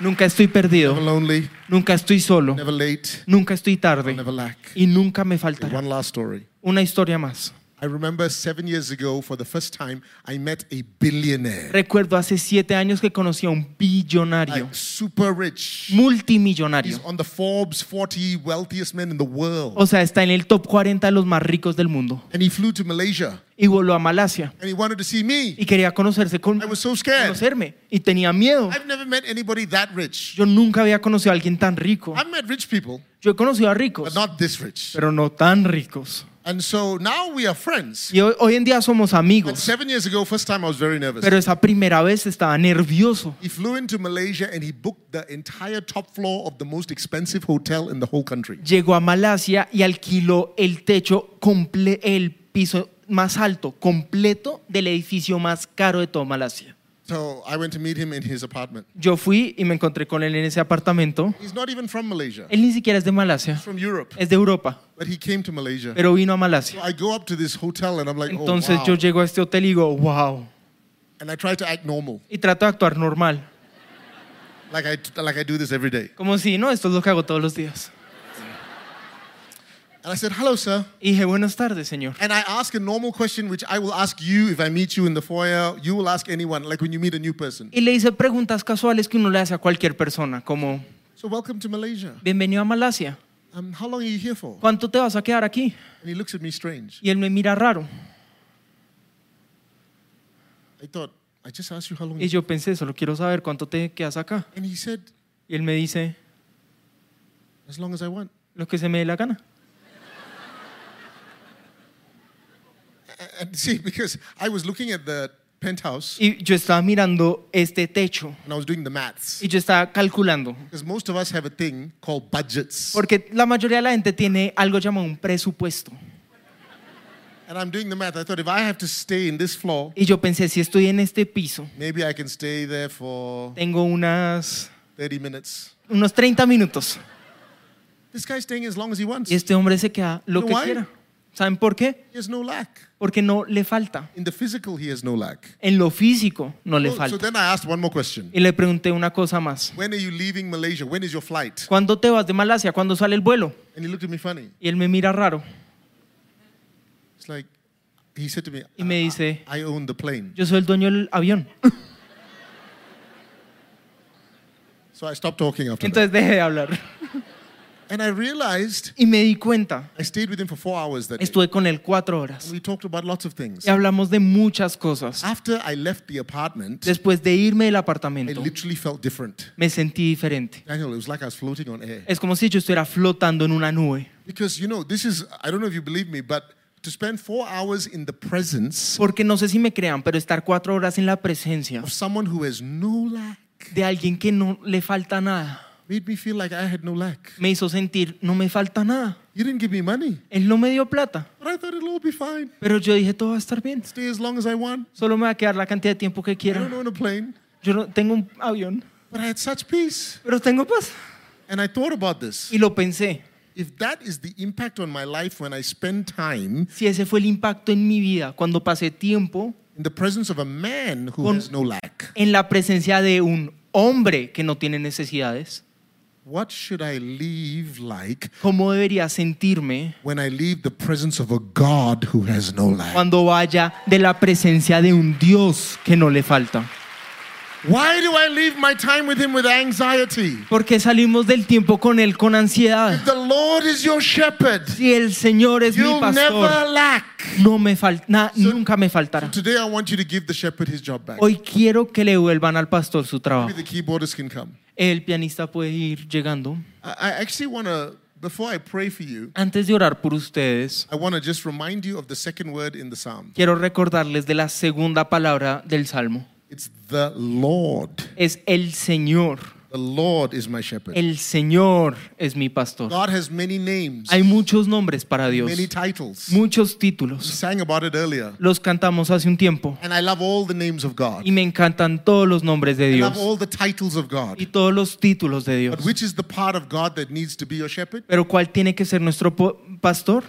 S2: Nunca estoy
S1: never
S2: perdido,
S1: lonely,
S2: nunca estoy solo,
S1: never late,
S2: nunca estoy tarde
S1: never lack.
S2: y nunca me
S1: Okay,
S2: faltará.
S1: one last story.
S2: Una historia más.
S1: I remember seven years ago, for the first time, I met a billionaire,
S2: Recuerdo hace siete años que conocí a un billonario,
S1: like super rich. He's
S2: multimillonario.
S1: on the Forbes 40 wealthiest men in the world.
S2: O sea, está en el top 40 de los más ricos del mundo.
S1: And he flew to Malaysia
S2: Y voló a Malasia.
S1: and he wanted to see me.
S2: Y quería conocerse con,
S1: I was so scared.
S2: conocerme. Y tenía miedo.
S1: I've never met anybody that rich.
S2: Yo nunca había conocido a alguien tan rico.
S1: I've met rich people,
S2: Yo he conocido a
S1: but
S2: ricos,
S1: not this rich.
S2: pero no tan ricos.
S1: And so now we are friends.
S2: Y hoy- hoy en día somos
S1: But
S2: amigos.
S1: seven years ago, first time I was very nervous.
S2: Pero esa primera vez estaba nervioso.
S1: He flew into Malaysia and he booked the entire top floor of the most expensive hotel in the whole country.
S2: Llegó a Malasia y alquiló el techo, comple- el piso más alto, completo del edificio más caro de toda Malasia.
S1: So I went to meet him in his apartment.
S2: Yo fui y me encontré con él en ese apartamento.
S1: He's not even from Malaysia.
S2: Él ni siquiera es de Malasia,
S1: He's from Europe,
S2: es de Europa,
S1: but he came to Malaysia.
S2: pero vino a
S1: So
S2: Malasia.
S1: I go up to this hotel and I'm like, oh,
S2: Entonces yo
S1: wow.
S2: llego a este hotel y digo, wow.
S1: And I try to act normal,
S2: Y trato de actuar normal,
S1: like I, like I do this every day.
S2: como si, no, esto es lo que hago todos los días.
S1: And I said, hello, sir.
S2: Y dije, buenas tardes, señor.
S1: And I ask a normal question, which I will ask you if I meet you in the foyer. You will ask anyone, like when you meet a new person.
S2: Y le hice preguntas casuales que uno le hace a cualquier persona, como,
S1: So, welcome to Malaysia.
S2: bienvenido a Malasia,
S1: Um, how long are you here for?
S2: ¿cuánto te vas a quedar aquí?
S1: And he looks at me strange.
S2: Y él me mira raro.
S1: I thought, I just asked you how long.
S2: Y yo pensé, solo quiero saber cuánto te quedas acá.
S1: and he said,
S2: Y él me dice,
S1: as long as I want.
S2: lo que se me dé la gana.
S1: A- And see, because I was looking at the penthouse
S2: Y yo estaba mirando este techo
S1: and I was doing the maths.
S2: y yo estaba calculando.
S1: Because most of us have a thing called budgets.
S2: Porque la mayoría de la gente tiene algo llamado un presupuesto.
S1: And I'm doing the math. I thought if I have to stay in this floor,
S2: Y yo pensé, si estoy en este piso,
S1: maybe I can stay there for
S2: tengo unas,
S1: 30 minutes.
S2: unos 30 minutos.
S1: This guy's staying as long as he wants.
S2: Y este hombre se queda lo
S1: You
S2: que
S1: know why?
S2: quiera. ¿Saben por qué?
S1: He has no lack.
S2: Porque no le falta.
S1: In the physical, he has no lack.
S2: En lo físico no le
S1: Oh, so
S2: falta.
S1: then I asked one more question.
S2: Y le pregunté una cosa más.
S1: When are you leaving Malaysia? When is your flight?
S2: ¿Cuándo te vas de Malasia? ¿Cuándo sale el vuelo?
S1: And he looked at me funny.
S2: Y él me mira raro
S1: It's like, he said to me,
S2: y me dice,
S1: I own the plane.
S2: yo soy el dueño del avión.
S1: So I stopped talking after that.
S2: Entonces dejé de hablar.
S1: And I realized
S2: Y me di cuenta.
S1: I stayed with him for four hours that day.
S2: Estuve con él cuatro horas.
S1: We talked about lots of things.
S2: Y hablamos de muchas cosas.
S1: After I left the apartment,
S2: Después de irme del
S1: I
S2: apartamento,
S1: literally felt different.
S2: me sentí diferente.
S1: Daniel, it was like I was floating on air.
S2: Es como si yo estuviera flotando en una nube.
S1: Because, you know, this is, I don't know if you believe me, but to spend four hours in the presence
S2: Porque no sé si me crean, pero estar cuatro horas en la presencia
S1: of someone who has no lack
S2: de alguien que no le falta nada
S1: made me feel like I had no lack.
S2: me hizo sentir, no me falta nada.
S1: You didn't give me money,
S2: Él no me dio plata,
S1: but I thought it'll all be fine.
S2: pero yo dije, todo va a estar bien.
S1: Stay as long as I want.
S2: Solo me va a quedar la cantidad de tiempo que
S1: I don't
S2: quiera.
S1: own a plane,
S2: Yo no tengo un avión,
S1: but I had such peace.
S2: pero tengo paz.
S1: And I thought about this.
S2: Y lo pensé.
S1: If that is the impact on my life when I spend time
S2: Si ese fue el impacto en mi vida cuando pasé tiempo
S1: in the presence of a man who
S2: Con-
S1: has no lack,
S2: en la presencia de un hombre que no tiene necesidades,
S1: what should I leave like
S2: ¿cómo debería sentirme
S1: when I leave the presence of a God who has no lack?
S2: cuando vaya de la presencia de un Dios que no le falta?
S1: Why do I leave my time with him with anxiety?
S2: Porque salimos del tiempo con él con ansiedad.
S1: The Lord is your shepherd.
S2: Si el Señor es mi
S1: You'll
S2: pastor,
S1: never lack.
S2: no me fal- na- nunca me faltará.
S1: Today I want you to give the shepherd his job back.
S2: Hoy quiero que le vuelvan al pastor su trabajo.
S1: Maybe the keyboardist can come.
S2: El pianista puede ir llegando.
S1: I I actually want to, before I pray for you,
S2: Antes de orar por ustedes,
S1: I want to just remind you of the second word in the psalm.
S2: quiero recordarles de la segunda palabra del Salmo.
S1: It's the Lord.
S2: Es el Señor.
S1: The Lord is my shepherd.
S2: El Señor es mi pastor.
S1: God has many names,
S2: Hay muchos nombres para Dios,
S1: many titles. We
S2: muchos títulos.
S1: sang about it earlier.
S2: Los cantamos hace un tiempo
S1: And I love all the names of God.
S2: y me encantan todos los nombres de
S1: I love
S2: Dios
S1: all the titles of
S2: y
S1: God.
S2: todos los títulos de
S1: But
S2: Dios.
S1: which is the part of God that needs to be your shepherd?
S2: Pero ¿cuál tiene que ser nuestro po- pastor?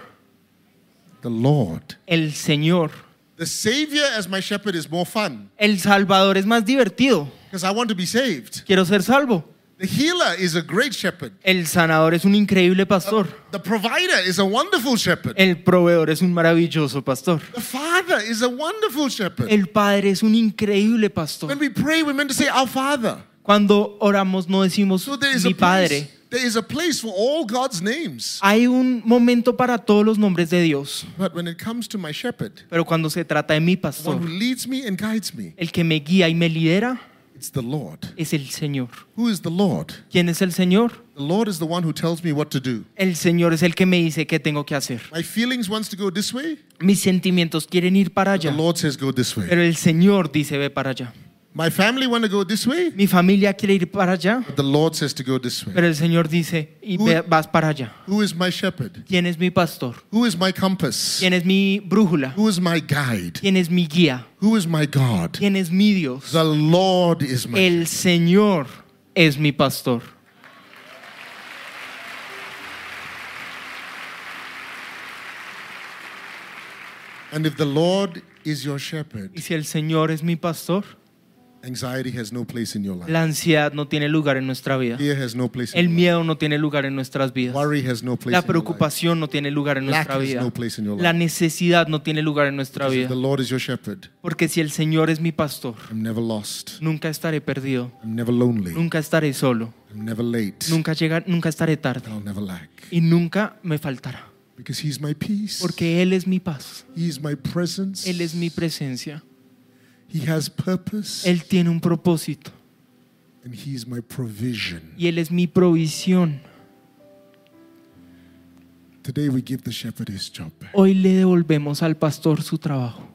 S1: The Lord.
S2: El Señor.
S1: The Savior as my shepherd is more fun
S2: El Salvador es más divertido.
S1: because I want to be saved.
S2: Quiero ser salvo.
S1: The healer is a great shepherd.
S2: El sanador es un increíble pastor.
S1: The provider is a wonderful shepherd.
S2: El proveedor es un maravilloso pastor.
S1: The father is a wonderful shepherd.
S2: El padre es un increíble pastor.
S1: When we pray, we're meant to say, Our Father.
S2: Cuando oramos no decimos
S1: So there is a
S2: mi
S1: place.
S2: padre.
S1: There is a place for all God's names.
S2: Hay un momento para todos los nombres de Dios,
S1: But when it comes to my shepherd,
S2: pero cuando se trata de mi
S1: the one who
S2: pastor,
S1: leads me and guides me,
S2: el que me guía y me lidera
S1: it's the Lord.
S2: es el Señor.
S1: Who is the Lord?
S2: ¿Quién es el Señor?
S1: The Lord is the one who tells me what to do.
S2: El Señor es el que me dice qué tengo que hacer.
S1: My feelings wants to go this way.
S2: Mis sentimientos quieren ir para
S1: The
S2: allá,
S1: Lord says go this way.
S2: pero el Señor dice ve para allá.
S1: My family want to go this way.
S2: Mi familia quiere ir para allá,
S1: But the Lord says to go this way.
S2: pero el Señor dice y ve-
S1: Who-
S2: vas para allá.
S1: Who is my shepherd?
S2: ¿Quién es mi pastor?
S1: Who is my compass?
S2: ¿Quién es mi brújula?
S1: Who is my guide?
S2: ¿Quién es mi guía?
S1: Who is my God?
S2: ¿Quién es mi Dios?
S1: The Lord is my
S2: El Señor es mi pastor.
S1: And if the Lord is your shepherd,
S2: Y si el Señor es mi pastor,
S1: anxiety has no place in your life.
S2: La ansiedad no tiene lugar en nuestra vida.
S1: Fear has no place
S2: El
S1: in your
S2: miedo no tiene lugar en nuestras
S1: life.
S2: vidas.
S1: Worry has no place
S2: La
S1: in your life.
S2: preocupación no tiene lugar en
S1: Lack
S2: nuestra
S1: has
S2: vida.
S1: no place in your life.
S2: La necesidad no tiene lugar en nuestra
S1: Because if
S2: vida.
S1: the Lord is your shepherd.
S2: Porque si el Señor es mi pastor,
S1: I'm never lost.
S2: nunca estaré perdido,
S1: I'm never lonely.
S2: nunca estaré solo,
S1: I'm never late.
S2: nunca, llega- nunca estaré tarde
S1: I'll never lack.
S2: y nunca me faltará.
S1: Because He's my peace.
S2: Porque Él es mi paz,
S1: He is my presence.
S2: Él es mi presencia,
S1: He has purpose.
S2: Él tiene un propósito
S1: and He is my provision.
S2: y Él es mi provisión.
S1: Today we give the shepherd his job back.
S2: Hoy le devolvemos al pastor su trabajo.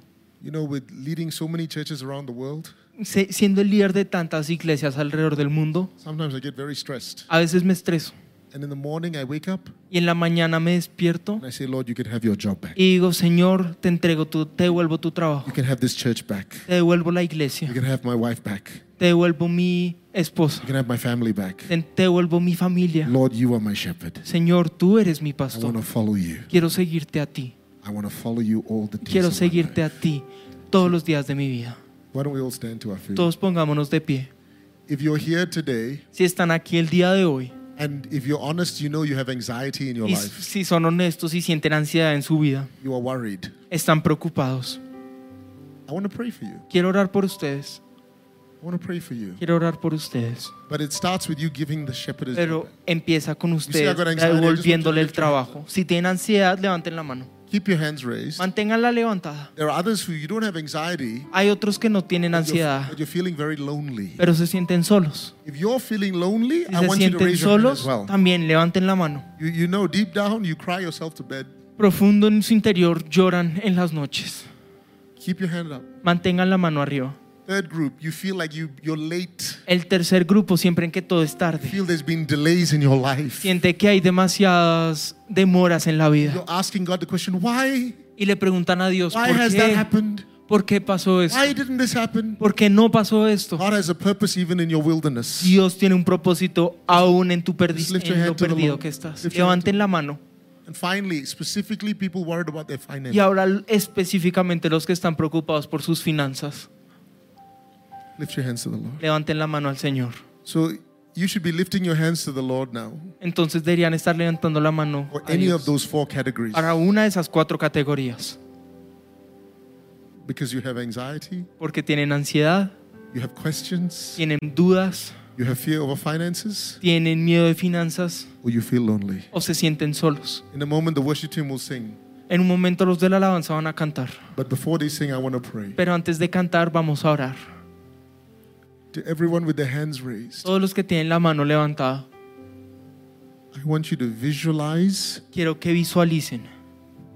S1: You know, with leading so many churches around the world,
S2: Se- siendo el líder de tantas iglesias alrededor del mundo,
S1: sometimes I get very stressed.
S2: a veces me estreso
S1: And in the morning I wake up
S2: y en la mañana me despierto
S1: and I say, Lord, you can have your job back.
S2: y digo, Señor, te entrego tu, te devuelvo tu trabajo,
S1: You can have this church back.
S2: te devuelvo la
S1: You
S2: iglesia,
S1: can have my wife back.
S2: te devuelvo mi esposa,
S1: You can have my family back.
S2: te te devuelvo mi familia.
S1: Lord, you are my shepherd.
S2: Señor, tú eres mi
S1: I want
S2: pastor.
S1: to follow you.
S2: Quiero seguirte a ti.
S1: I want to follow you all the days.
S2: Quiero
S1: of my
S2: seguirte
S1: life.
S2: a ti todos los días de mi vida.
S1: Why don't we all stand to our feet?
S2: Todos pongámonos de pie.
S1: If you're here today
S2: Si están aquí el día de hoy
S1: and if you're honest, you know you have anxiety in your
S2: y
S1: life.
S2: si son honestos y sienten ansiedad en su vida,
S1: You are worried.
S2: están preocupados.
S1: I want to pray for you.
S2: Quiero orar por ustedes.
S1: I want to pray for you.
S2: Quiero orar por ustedes.
S1: But it starts with you giving the shepherd his job
S2: Pero
S1: back.
S2: empieza con
S1: see,
S2: ustedes
S1: I've got anxiety, I just want you
S2: devolviéndole
S1: to
S2: el
S1: lift your hand
S2: trabajo. Si tienen ansiedad, levanten la mano.
S1: Keep your hands raised.
S2: Manténganla levantada.
S1: There are others who you don't have anxiety,
S2: Hay otros que no tienen
S1: but you're,
S2: ansiedad,
S1: but you're feeling very lonely.
S2: pero se sienten solos.
S1: If you're feeling lonely,
S2: Si
S1: I
S2: se
S1: want you to
S2: sienten
S1: raise your hand as
S2: solos,
S1: well.
S2: también levanten la mano.
S1: You, you know, deep down, you cry yourself to bed.
S2: Profundo en su interior lloran en las noches.
S1: Keep your hand up.
S2: Mantengan la mano arriba.
S1: Third group, you feel like you, you're late.
S2: El tercer grupo, siempre en que todo es
S1: You
S2: tarde,
S1: feel there's been delays in your life.
S2: siente que hay demasiadas demoras en la vida
S1: You're asking God the question, why?
S2: y le preguntan a Dios,
S1: Why
S2: ¿por
S1: has that
S2: qué?
S1: happened?
S2: ¿Por qué pasó esto?
S1: Why didn't this happen?
S2: ¿Por qué no pasó esto?
S1: God has a purpose even in your wilderness.
S2: Dios tiene un propósito aún en tu
S1: Just
S2: perdición,
S1: lift your
S2: en lo
S1: hand to the
S2: perdido
S1: Lord.
S2: que estás.
S1: Lift your hand
S2: Levanten la mano.
S1: And finally, specifically, people worried about their
S2: Y
S1: finances.
S2: ahora específicamente los que están preocupados por sus finanzas,
S1: Lift your hands to the Lord.
S2: levanten la mano al Señor.
S1: So you should be lifting your hands to the Lord now
S2: Entonces deberían estar levantando la mano
S1: for
S2: a
S1: any
S2: Dios
S1: of those four categories
S2: para una de esas cuatro categorías,
S1: because you have anxiety,
S2: porque tienen ansiedad,
S1: you have questions,
S2: tienen dudas,
S1: you have fear over finances,
S2: tienen miedo de finanzas
S1: or you feel lonely.
S2: o se sienten solos.
S1: In a moment, the worship team will sing.
S2: En un momento los de la alabanza van a cantar,
S1: But before they sing, I want to pray.
S2: pero antes de cantar vamos a orar.
S1: To everyone with their hands raised,
S2: Todos los que tienen la mano levantada,
S1: I want you to visualize
S2: quiero que visualicen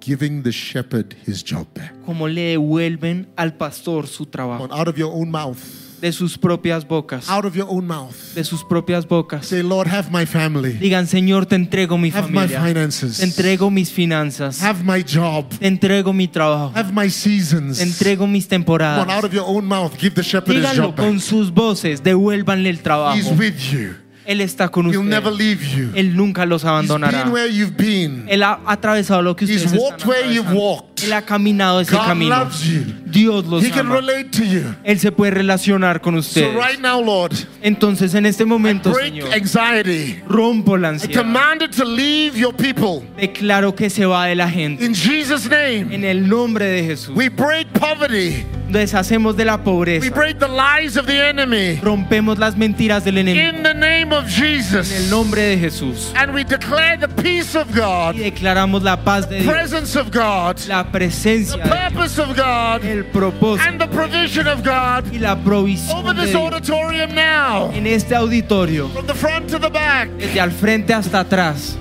S1: giving the shepherd his job back.
S2: cómo le devuelven al pastor su
S1: Come
S2: trabajo
S1: on, out of your own mouth.
S2: de sus propias bocas,
S1: Out of your own mouth.
S2: de sus propias bocas.
S1: Say, Lord, have my family.
S2: Digan, Señor, te entrego mi
S1: Have my
S2: familia,
S1: finances.
S2: te entrego mis finanzas,
S1: Have my job.
S2: te entrego mi trabajo,
S1: Have my seasons.
S2: te entrego mis
S1: Come on,
S2: temporadas.
S1: out of your own mouth. Give the shepherd his
S2: Díganlo
S1: job back.
S2: con sus voces, devuélvanle el trabajo.
S1: He's with you.
S2: Él está con
S1: He'll never
S2: ustedes.
S1: leave you.
S2: Él nunca
S1: He's
S2: los
S1: been
S2: abandonará.
S1: where you've been.
S2: Él ha atravesado lo que
S1: He's
S2: ustedes están
S1: walked where you've
S2: atravesando.
S1: walked.
S2: Él ha caminado ese
S1: God
S2: camino.
S1: loves you.
S2: Dios los
S1: He can
S2: ama.
S1: relate to you.
S2: Él se puede relacionar con
S1: So
S2: ustedes.
S1: right now, Lord,
S2: Entonces, en este momento,
S1: break
S2: Señor,
S1: anxiety.
S2: rompo la
S1: I
S2: ansiedad.
S1: command it to leave your people.
S2: Declaro que se va de la gente.
S1: In Jesus' name,
S2: En el nombre de Jesús,
S1: we break poverty.
S2: deshacemos de la
S1: We
S2: pobreza.
S1: break the lies of the enemy.
S2: Rompemos las mentiras del enemigo.
S1: In the name of
S2: En el
S1: Jesus.
S2: nombre de Jesús.
S1: And we declare the peace of
S2: Y
S1: God,
S2: declaramos la paz de Dios,
S1: presence of God,
S2: la presencia de Dios.
S1: purpose of God,
S2: el propósito
S1: and the provision of God
S2: y la
S1: over
S2: provisión de
S1: this
S2: Dios
S1: auditorium now.
S2: en este auditorio,
S1: From the front to the back,
S2: desde al frente hasta atrás,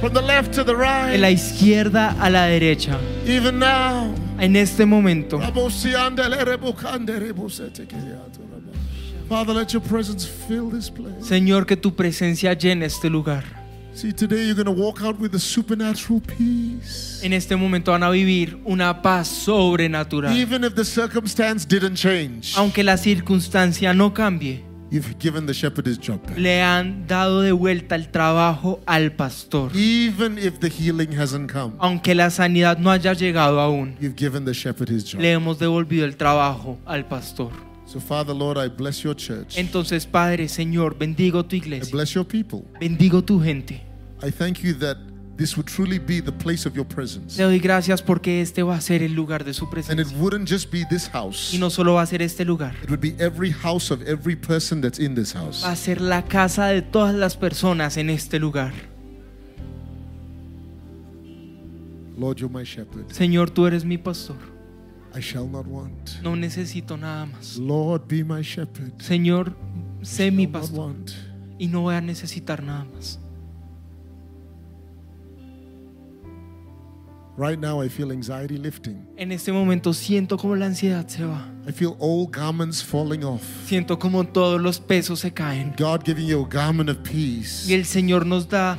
S1: from the left to the
S2: de la
S1: right,
S2: izquierda a la derecha,
S1: even now.
S2: en este momento.
S1: Father, let your presence fill this place.
S2: Señor, que tu presencia llene este lugar.
S1: See, today you're going to walk out with a supernatural peace.
S2: En este momento van a vivir una paz sobrenatural.
S1: Even if the circumstance didn't change,
S2: Aunque la circunstancia no cambie,
S1: you've given the shepherd his job back.
S2: le han dado de vuelta el trabajo al pastor.
S1: Even if the healing hasn't come,
S2: Aunque la sanidad no haya llegado aún,
S1: you've given the shepherd his job.
S2: le hemos devolvido el trabajo al pastor.
S1: So, Father, Lord, I bless your church.
S2: Entonces, Padre, Señor, bendigo tu
S1: I
S2: iglesia.
S1: bless your people.
S2: Bendigo tu gente.
S1: I thank you that this would truly be the place of your presence.
S2: Te doy gracias porque este va a ser el lugar de su
S1: And it
S2: presencia.
S1: wouldn't just be this house,
S2: Y no solo va a ser este lugar,
S1: it would be every house of every person that's in this house.
S2: va a ser la casa de todas las personas en este lugar.
S1: Lord, you're my shepherd.
S2: Señor, tú eres mi pastor.
S1: I shall not want.
S2: No necesito nada más.
S1: Lord, be my shepherd.
S2: Señor, sé mi
S1: Shall not
S2: pastor
S1: want.
S2: y no voy a necesitar nada más.
S1: Right now, I feel anxiety lifting.
S2: En este momento siento como la ansiedad se va.
S1: I feel old garments falling off.
S2: Siento como todos los pesos se caen.
S1: God giving you a garment of peace,
S2: Y el Señor nos da
S1: a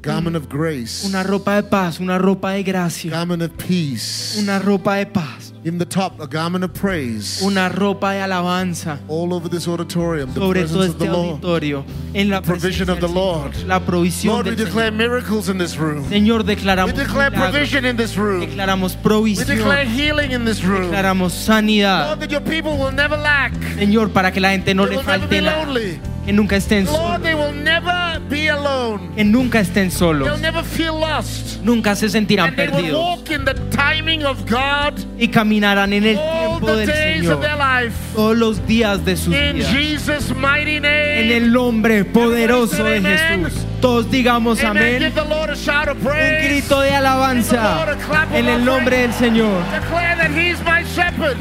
S1: garment of grace,
S2: una ropa de paz, una ropa de
S1: a
S2: gracia,
S1: garment of peace.
S2: una ropa de paz,
S1: In the top, a garment of praise.
S2: una ropa de alabanza
S1: All over this auditorium, the
S2: sobre
S1: presence
S2: todo
S1: of
S2: este
S1: the Lord.
S2: auditorio en la
S1: Provision
S2: presencia
S1: of the
S2: del Señor,
S1: Lord.
S2: la provisión
S1: Lord, we
S2: del Señor.
S1: declare miracles in this room.
S2: Señor,
S1: We
S2: declaramos
S1: declare
S2: milagros,
S1: provision in this room.
S2: declaramos
S1: We declare
S2: provisión,
S1: healing in this room.
S2: declaramos sanidad.
S1: Lord, that your people will never lack.
S2: Señor, para que la gente no
S1: They
S2: le
S1: will never
S2: falte
S1: be
S2: nada,
S1: lonely.
S2: que nunca estén
S1: Lord,
S2: solos,
S1: they will never be alone.
S2: que nunca estén
S1: They'll
S2: solos,
S1: never feel lost.
S2: nunca se sentirán
S1: And they will
S2: perdidos
S1: walk in the timing of God
S2: y caminarán en el
S1: all
S2: tiempo
S1: the
S2: del
S1: days of their
S2: Señor
S1: life.
S2: todos los días de sus
S1: In
S2: vidas.
S1: Jesus' mighty
S2: En
S1: name.
S2: el nombre poderoso de
S1: Amen.
S2: Jesús, todos digamos
S1: Amen. Give
S2: amén.
S1: the Lord a shout of
S2: Un
S1: praise.
S2: grito de alabanza en el nombre del Señor.
S1: Declare that He's my shepherd.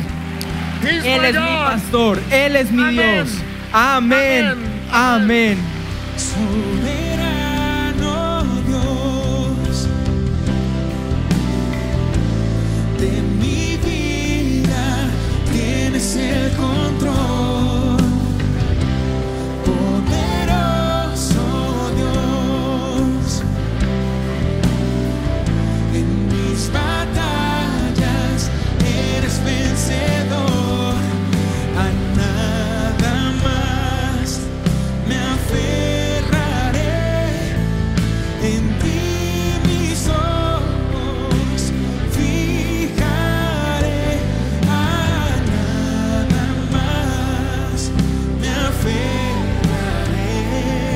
S1: He's
S2: Él
S1: my
S2: es mi
S1: God.
S2: pastor, Él es mi
S1: Amén.
S2: Dios. Amén,
S1: Amén.
S2: amén.
S3: Soberano Dios de mi vida tienes el control, poderoso Dios en mis batallas eres vencedor, a nada más me aferraré, en ti mis ojos fijaré, a nada más me aferraré,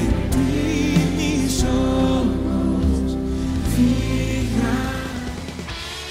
S3: en ti mis ojos fijaré.